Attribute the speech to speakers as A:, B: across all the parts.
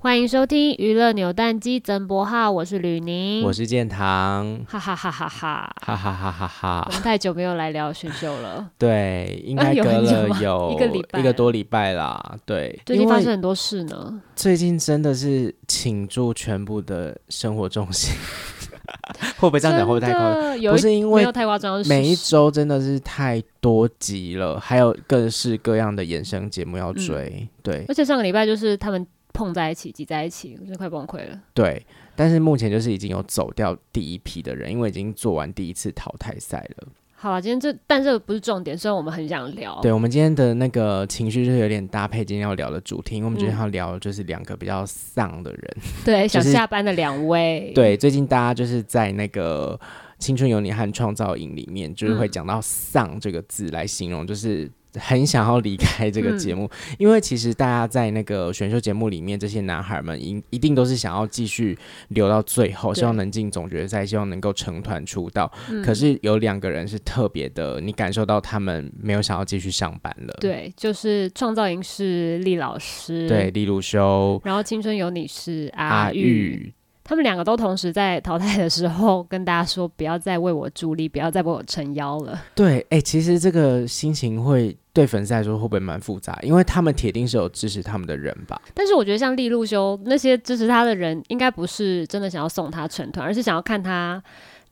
A: 欢迎收听娱乐扭蛋机曾博浩，我是吕宁，
B: 我是建堂，
A: 哈哈哈哈哈，
B: 哈哈哈哈
A: 我
B: 哈。
A: 们太久没有来聊选秀 了，
B: 对，应
A: 啊
B: 该
A: 有
B: 隔
A: 很久
B: 了
A: 吗
B: 有
A: 一个礼拜
B: 一个多礼拜啦。对，
A: 最
B: 因
A: 近发
B: 为
A: 生很多事呢，
B: 最近真的是倾注全部的生活重心， 会不会这样讲？会不会太夸张？
A: 张？有
B: 不
A: 一
B: 是因
A: 没
B: 为
A: 有太夸张，是
B: 每一
A: 事实
B: 周真的是太多集了，还有各式各样的衍生节目
A: 嗯
B: 要追。对
A: 而且上个礼拜就是他们碰在一起，挤在一起，我真的快崩溃了。
B: 对，但是目前就是已经有走掉第一批的人，因为已经做完第一次淘汰赛了。
A: 好了，今天这但这个不是重点，虽然我们很想聊，
B: 对，我们今天的那个情绪就是有点搭配今天要聊的主题，因为我们今天
A: 嗯
B: 要聊就是两个比较丧的人。
A: 对
B: 就
A: 想
B: 是
A: 下班的两位，
B: 对，最近大家就是在那个《青春有你》和《创造营》里面，就是会
A: 嗯
B: 讲到“丧”这个字来形容，就是。很想要离开这个节
A: 嗯
B: 目，因为其实大家在那个选秀节目里面，这些男孩们一一定都是想要继续留到最后，希
A: 对
B: 望能进总决赛，希望能够成团出道。
A: 嗯
B: 可是有两个人是特别的，你感受到他们没有想要继续上班了。
A: 对，就是创造营是厉老师，
B: 对，，李鲁修、
A: 然后青春有你是阿
B: 阿
A: 玉。
B: 玉，
A: 他们两个都同时在淘汰的时候跟大家说，不要再为我助力，不要再为我撑腰了。
B: 对，哎、其实这个心情会对粉丝来说会不会蛮复杂？因为他们铁定是有支持他们的人吧？
A: 但是我觉得像利路修那些支持他的人，应该不是真的想要送他成团，而是想要看他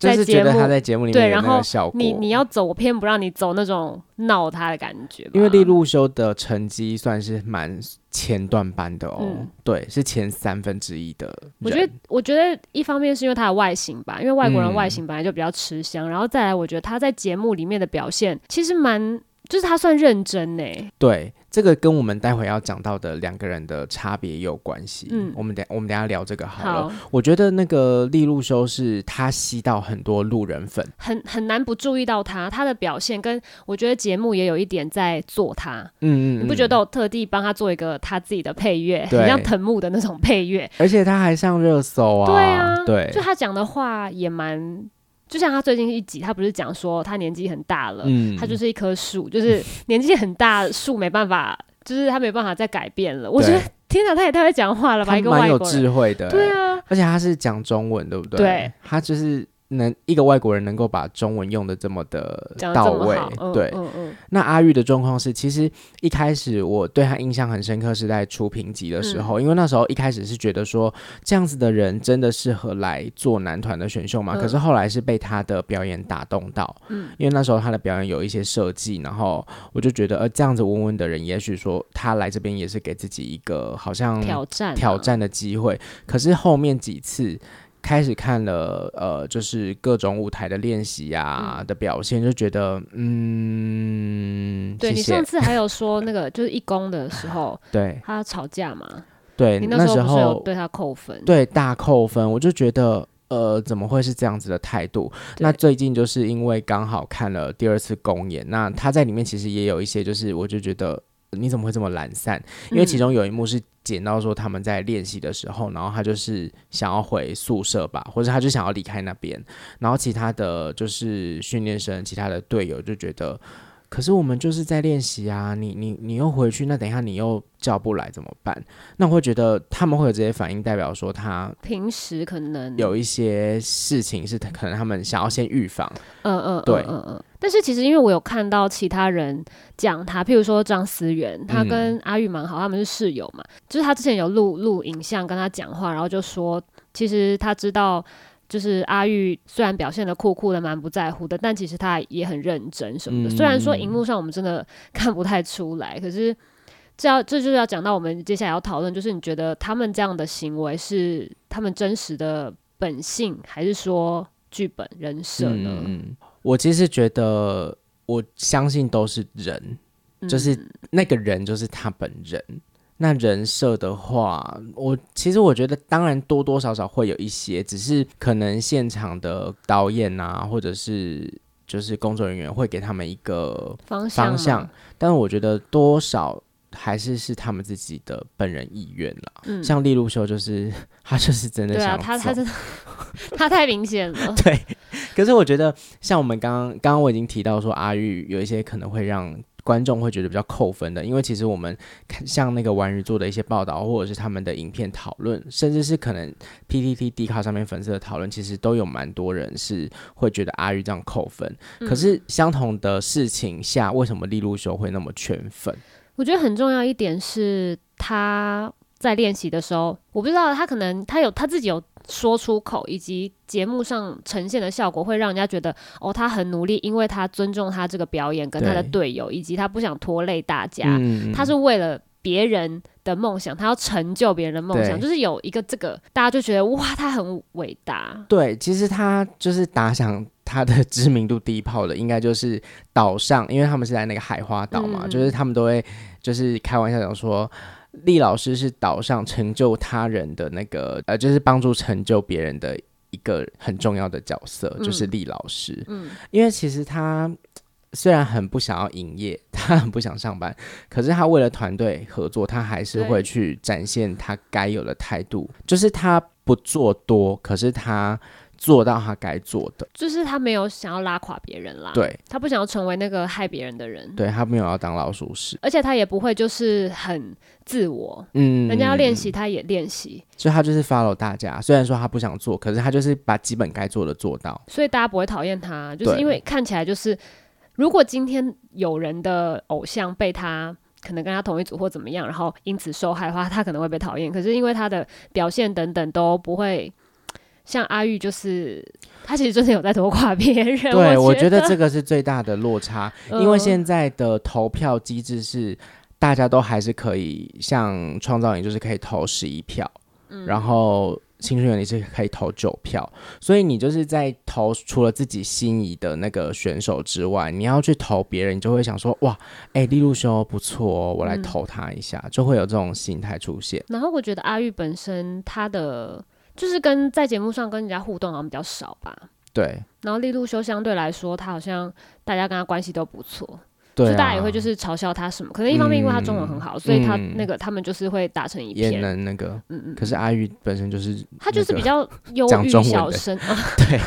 B: 就
A: 在
B: 是
A: 节
B: 觉得
A: 目
B: 他在节目里
A: 对
B: 面有
A: 然
B: 那
A: 后
B: 个效果。
A: 你你要走，我偏不让你走那种闹他的感觉吧。
B: 因为利路修的成绩算是蛮前段班的哦，
A: 嗯
B: 对，是前三分之一的人。
A: 我觉得，我觉得一方面是因为他的外形吧，因为外国人
B: 嗯
A: 外形本来就比较吃香，然后再来，我觉得他在节目里面的表现其实蛮，就是他算认真欸呢、
B: 对，这个跟我们待会要讲到的两个人的差别也有关系。
A: 嗯
B: 嗯，我们等我们等一下聊这个好了。
A: 好，
B: 我觉得那个利路修是他吸到很多路人粉，
A: 很很难不注意到他，他的表现跟我觉得节目也有一点在做他，
B: 嗯嗯，
A: 你不觉
B: 嗯
A: 得我特地帮他做一个他自己的配乐，
B: 对
A: 很像藤木的那种配乐，
B: 而且他还上热搜啊，
A: 对啊，
B: 对
A: 就他讲的话也蛮，就像他最近一集，他不是讲说他年纪很大了，
B: 嗯
A: 他就是一棵树，就是年纪很大，树没办法，就是他没办法再改变了。我觉得天哪，他也太会讲话了吧，
B: 他
A: 一个
B: 蛮
A: 外
B: 有
A: 国人，
B: 智慧的，欸
A: 对，啊，
B: 而且他是讲中文，对不对？
A: 对，
B: 他就是能一个外国人能够把中文用的这么的
A: 讲的
B: 到
A: 这么
B: 位
A: 好，，嗯
B: 对。
A: 嗯嗯，
B: 那阿玉的状况是，其实一开始我对他印象很深刻是在出评级的
A: 嗯
B: 时候，因为那时候一开始是觉得说这样子的人真的适合来做男团的选秀嘛，
A: 嗯
B: 可是后来是被他的表演打动到，
A: 嗯
B: 因为那时候他的表演有一些设计，然后我就觉得呃这样子温温的人，也许说他来这边也是给自己一个好像
A: 挑战啊
B: 挑，战的机会。可是后面几次开始看了，呃，就是各种舞台的练习啊、
A: 嗯
B: 的表现，就觉得，嗯，
A: 对
B: 谢
A: 你
B: 谢
A: 上，次还有说那个就是义工的时候
B: 对
A: 他吵架嘛。
B: 对，
A: 你
B: 哎那
A: 时
B: 时
A: 不是有
B: 候
A: 对他扣分？
B: 对大扣分，我就觉得。呃，怎么会是这样子的态度？那
A: 对
B: 最近就是因为刚好看了第二次公演，那他在里面其实也有一些，就是我就觉得你怎么会这么懒散？因为
A: 嗯
B: 其中有一幕是剪到说他们在练习的时候，然后他就是想要回宿舍吧，或者他就想要离开那边，然后其他的就是训练生、其他的队友就觉得，可是我们就是在练习啊，你你你又回去，那等一下你又叫不来怎么办？那我会觉得他们会有这些反应，代表说他
A: 嗯平时可能
B: 有一些事情是他可能他们想要先预防，
A: 嗯嗯，
B: 对
A: 嗯嗯嗯。但是其实因为我有看到其他人讲他，譬如说张思源，他
B: 嗯
A: 跟阿玉蛮好，他们是室友嘛，就是他之前有录录影像跟他讲话，然后就说其实他知道。就是阿玉虽然表现的酷酷的，蛮不在乎的，但其实他也很认真什么的。
B: 嗯
A: 虽然说荧幕上我们真的看不太出来，可是这要这就是要讲到我们接下来要讨论，就是你觉得他们这样的行为是他们真实的本性，还是说剧本人设呢？
B: 嗯，我其实觉得，我相信都是人，
A: 嗯
B: 就是那个人就是他本人。那人设的话，我其实我觉得，当然多多少少会有一些，只是可能现场的导演啊，或者是就是工作人员会给他们一个
A: 方向
B: 方
A: 嘛
B: 向，但我觉得多少还是是他们自己的本人意愿啦。
A: 嗯，
B: 像利路修，就是 他就是真的
A: 对
B: 想
A: 啊，他他
B: 走
A: 真的他太明显了，
B: 对，可是我觉得像我们刚刚刚刚我已经提到说阿玉有一些可能会让观众会觉得比较扣分的，因为其实我们看像那个玩鱼做的一些报道，或者是他们的影片讨论，甚至是可能 PTT、D 卡上面粉丝的讨论，其实都有蛮多人是会觉得阿玉这样扣分。
A: 嗯
B: 可是相同的事情下，为什么利路修会那么圈粉？
A: 我觉得很重要一点是他在练习的时候，我不知道他可能他有他自己有说出口，以及节目上呈现的效果会让人家觉得哦，他很努力，因为他尊重他这个表演跟他的
B: 对
A: 队友，以及他不想拖累大家，
B: 嗯，
A: 他是为了。别人的梦想，他要成就别人的梦想，
B: 对
A: 就是有一个这个，大家就觉得哇，他很伟大。
B: 对，其实他就是打响他的 知名度第一炮的，应该就是岛上，因为他们是在那个海花岛嘛，
A: 嗯
B: 就是他们都会就是开玩笑讲说。厉老师是岛上成就他人的那个，呃，就是帮助成就别人的一个很重要的角色，就是
A: 嗯
B: 厉老师。
A: 嗯，
B: 因为其实他虽然很不想要营业，他很不想上班，可是他为了团队合作，他还是会
A: 对
B: 去展现他该有的态度，就是他不做多，可是他做到他该做的，
A: 就是他没有想要拉垮别人啦，，
B: 对
A: 他不想要成为那个害别人的人，
B: 对，他没有要当老鼠屎，
A: 而且他也不会就是很自我，
B: 嗯，
A: 人家要练习，他也练习，
B: 所以他就是 follow 大家，虽然说他不想做，可是他就是把基本该做的做到，
A: 所以大家不会讨厌他，就是
B: 对
A: 因为看起来就是，如果今天有人的偶像被他。可能跟他同一组或怎么样，然后因此受害的话，他可能会被讨厌。可是因为他的表现等等都不会像阿玉，就是他其实真的有在拖垮别 人。
B: 对，
A: 我嗯
B: 我觉得这个是最大的落差，因为现在的投票机制是大家都还是可以，像创造营就是可以投十一票，
A: 嗯
B: 然后青春有你是可以投九票，所以你就是在投除了自己心仪的那个选手之外，你要去投别人，你就会想说哇，哎、利路修不错哦，我来
A: 嗯
B: 投他一下，就会有这种心态出现。
A: 然后我觉得阿玉本身他的就是跟在节目上跟人家互动好像比较少吧。
B: 对，
A: 然后利路修相对来说，他好像大家跟他关系都不错，
B: 对、
A: 就
B: 啊，嗯
A: 大家也会就是嘲笑他什么。可能一方面因为他中文很好，所以他那个他们就是会打成一
B: 也
A: 片。
B: 能那个，
A: 嗯嗯，
B: 可是阿玉本身就是
A: 他就是
B: 那
A: 比
B: 个
A: 较忧
B: 讲
A: 郁
B: 中文
A: 小
B: 的
A: 生， 啊、
B: 对，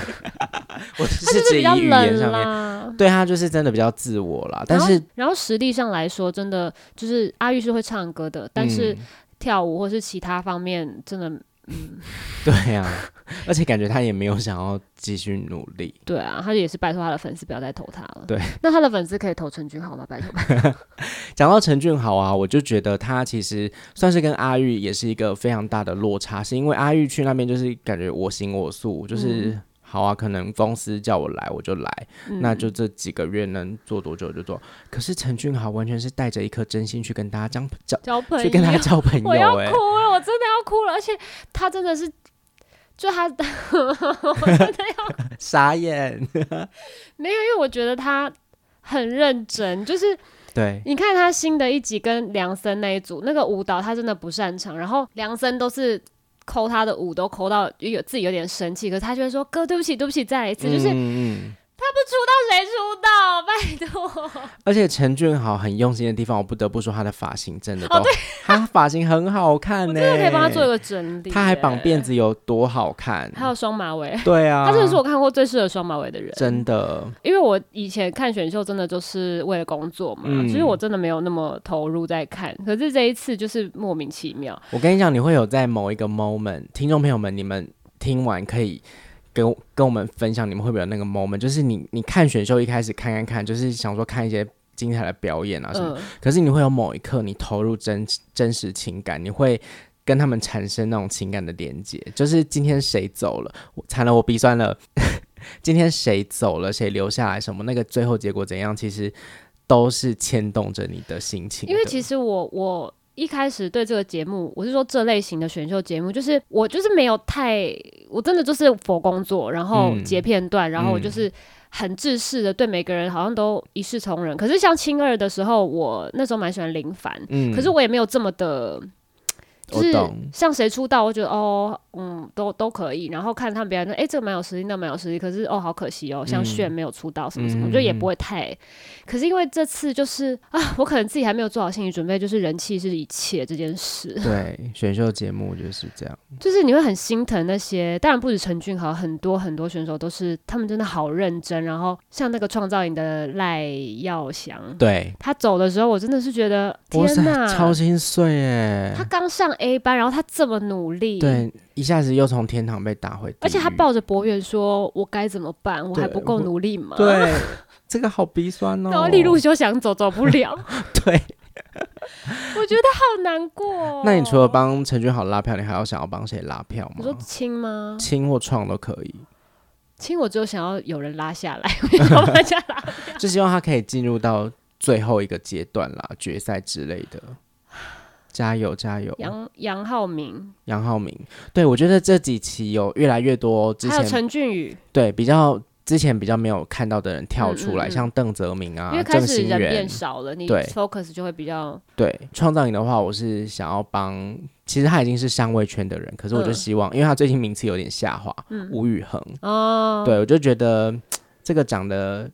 B: 我是
A: 他就是
B: 指
A: 比
B: 以
A: 较
B: 语言
A: 冷
B: 上面。
A: 啦。
B: 对他就是真的比较自我啦，但
A: 然后
B: 是，
A: 然后实力上来说，真的就是阿玉是会唱歌的，但是
B: 嗯
A: 跳舞或是其他方面，真的
B: 对呀、 而且感觉他也没有想要继续努力。
A: 对啊，他也是拜托他的粉丝不要再投他了。
B: 对，
A: 那他的粉丝可以投陈君豪吗？拜托，
B: 讲到陈俊豪啊，我就觉得他其实算是跟阿玉也是一个非常大的落差，是因为阿玉去那边就是感觉我行我素，就是、好啊，可能公司叫我来我就来，
A: 嗯
B: 那就这几个月能做多久就做。可是陈俊豪完全是带着一颗真心去跟大家交交，
A: 交朋友，
B: 去跟他交朋友、
A: 我要哭
B: 欸，
A: 了，我真的要哭了，而且他真的是，就他，我真的要，
B: 傻眼。
A: 没有，因为我觉得他很认真，就是
B: 对，
A: 你看他新的一集跟梁森那一组那个舞蹈，他真的不擅长，然后梁森都是。抠他的舞都抠到有自己有点生气，可是他就会说：“哥，对不起，对不起，再来一次。就是
B: 嗯嗯
A: 谁出道，拜托。
B: 而且陈俊豪很用心的地方，我不得不说他的发型真的都，他发型很好看
A: 哦 我
B: 呢、
A: 真的可以帮他做一个整理。
B: 他还绑辫
A: 子，
B: 子有多好看？
A: 还有双马尾，
B: 对啊，
A: 他真的是我看过最适合双马尾的人。
B: 真的，
A: 因为我以前看选秀真的就是为了工作嘛，
B: 嗯
A: 其实我真的没有那么投入在看。可是这一次就是莫名其妙，
B: 我跟你讲，你会有在某一个 moment，听众朋友们，你们听完可以。跟我跟我们分享，你们会不会有那个 moment？就是你你看选秀一开始看看看，就是想说看一些精彩的表演啊什么的
A: 嗯，
B: 可是你会有某一刻，你投入真真实情感，你会跟他们产生那种情感的连接。就是今天谁走了，我惨了，我鼻酸了。 今天谁走了，谁留下来，什么那个最后结果怎样，其实都是牵动着你的心情的。
A: 因为其
B: 实
A: 实我我一开始对这个节目，我是说这类型的选秀节目，就是我就是没有太，我真的就是佛工作，然后
B: 嗯
A: 截片段，然后我
B: 嗯
A: 就是。很自视的对每个人好像都一视同仁，可是像青二的时候，我那时候蛮喜欢林凡，
B: 嗯
A: 可是我也没有这么的，就
B: 我
A: 是
B: 懂
A: 像谁出道，我觉得哦，嗯，都都可以。然后看看别人，哎、这个蛮有实力，那个蛮有实力，可是哦，好可惜哦，像
B: 嗯
A: 炫没有出道什么什
B: 嗯
A: 么，
B: 嗯
A: 我觉得也
B: 嗯
A: 不会太。可是因为这次就是啊，我可能自己还没有做好心理准备，就是人气是一切这件事，
B: 对，选秀节目就是这样。
A: 就是你会很心疼那些。当然不止陈俊豪，很多很多选手都是他们真的好认真。然后像那个创造营的赖耀祥，
B: 对，
A: 他走的时候，我真的是觉得天
B: 哇塞
A: 哪，，
B: 超心碎耶
A: 他！刚上 A 班，然后他这么努力，
B: 哎对，一下子又从天堂被打回地狱，
A: 而且他抱着博远说：“我该怎么办？我还不够努力吗？”
B: 对，这个好鼻酸哦。
A: 然后利路修想走，走不了，
B: 对，
A: 我觉得好难过、哦。
B: 那你除了帮陈俊豪拉票，你还要想要帮谁拉票
A: 你说
B: 吗？
A: 亲吗？
B: 亲或创都可以，
A: 亲，我只有想要有人拉下 来，我想要把人家拉。
B: 就希望他可以进入到最后一个阶段啦，决赛之类的。加油加油！
A: 杨杨浩明，
B: 杨浩明，对我觉得这几期有越来越多之
A: 还有
B: 前
A: 陈俊宇，
B: 对比较之前比较没有看到的人跳出
A: 嗯
B: 来，
A: 嗯嗯
B: 像邓泽明
A: 因
B: 啊
A: 为、开
B: 郑
A: 始
B: 欣
A: 人
B: 源
A: 变，少了，你
B: 对
A: focus 就会比较
B: 对创造营的话，我是想要帮，其实他已经是上位圈的人，可是我就
A: 嗯
B: 希望，因为他最近名次有点下滑，吴宇恒，
A: 哦。
B: 对我就觉得嘖这个长得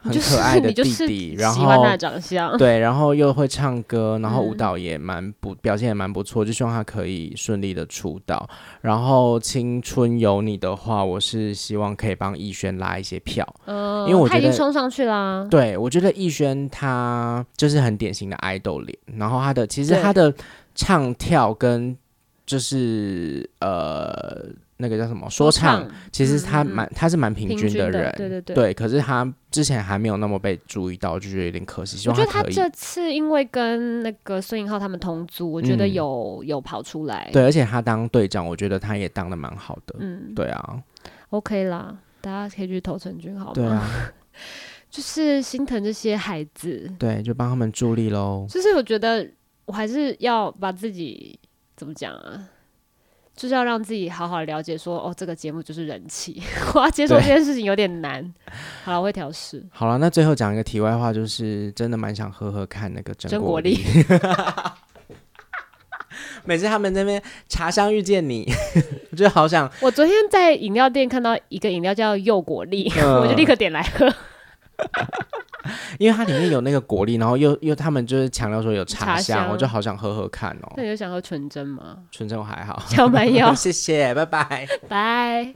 B: 很
A: 你就是
B: 可爱的
A: 你就
B: 弟
A: 是
B: 弟，然
A: 喜欢
B: 后
A: 他的长相，
B: 对，然后又会唱歌，然后舞
A: 嗯
B: 蹈也蛮不，表现也蛮不错，就希望他可以顺利的出道。然后《青春有你》的话，我是希望可以帮逸轩拉一些票。
A: 嗯，
B: 因为我
A: 他已
B: 觉
A: 经
B: 得
A: 冲上去啦。
B: 对我觉得逸轩他就是很典型的爱豆脸，然后他的其实
A: 对
B: 他的唱跳跟就是呃那个叫什么说唱，其实他
A: 嗯嗯嗯
B: 蛮他是蛮平
A: 平
B: 均
A: 均
B: 的
A: 的
B: 人，
A: 对对对
B: 可是他之前还没有那么被注意到，就觉得有点可惜。希
A: 我
B: 望
A: 觉得
B: 他
A: 他
B: 可以
A: 这次因为跟那个孙颖浩他们同组，我觉得
B: 嗯
A: 有、有跑出来，
B: 对，而且他当队长，我觉得他也当的蛮好的。
A: 嗯
B: 对啊，
A: ，OK 啦，大家可以去投陈俊豪
B: 对
A: 嘛，
B: 啊，
A: 就是心疼这些孩子，
B: 对，就帮他们助力喽。
A: 就是我觉得我还是要把自己怎么讲啊。就是要让自己好好了解说哦，这个节目就是人气， 我要接受
B: 对
A: 这件事情有点难。好了，我会调试。
B: 好了，那最后讲一个题外话，就是真的蛮想喝喝看那个
A: 真
B: 真
A: 果
B: 果
A: 粒
B: 粒。 每次他们那边茶香遇见你，我就好想，
A: 我昨天在饮料店看到一个饮料叫柚果粒，
B: 嗯
A: 我就立刻点来喝。
B: 因为它里面有那个果粒，然后又又他们就是强调说有茶
A: 茶香
B: 我就好想喝喝看哦
A: 那。你就想喝纯真吗？
B: 纯正我还好，
A: 小蛮腰，
B: 谢谢，拜拜。
A: 拜。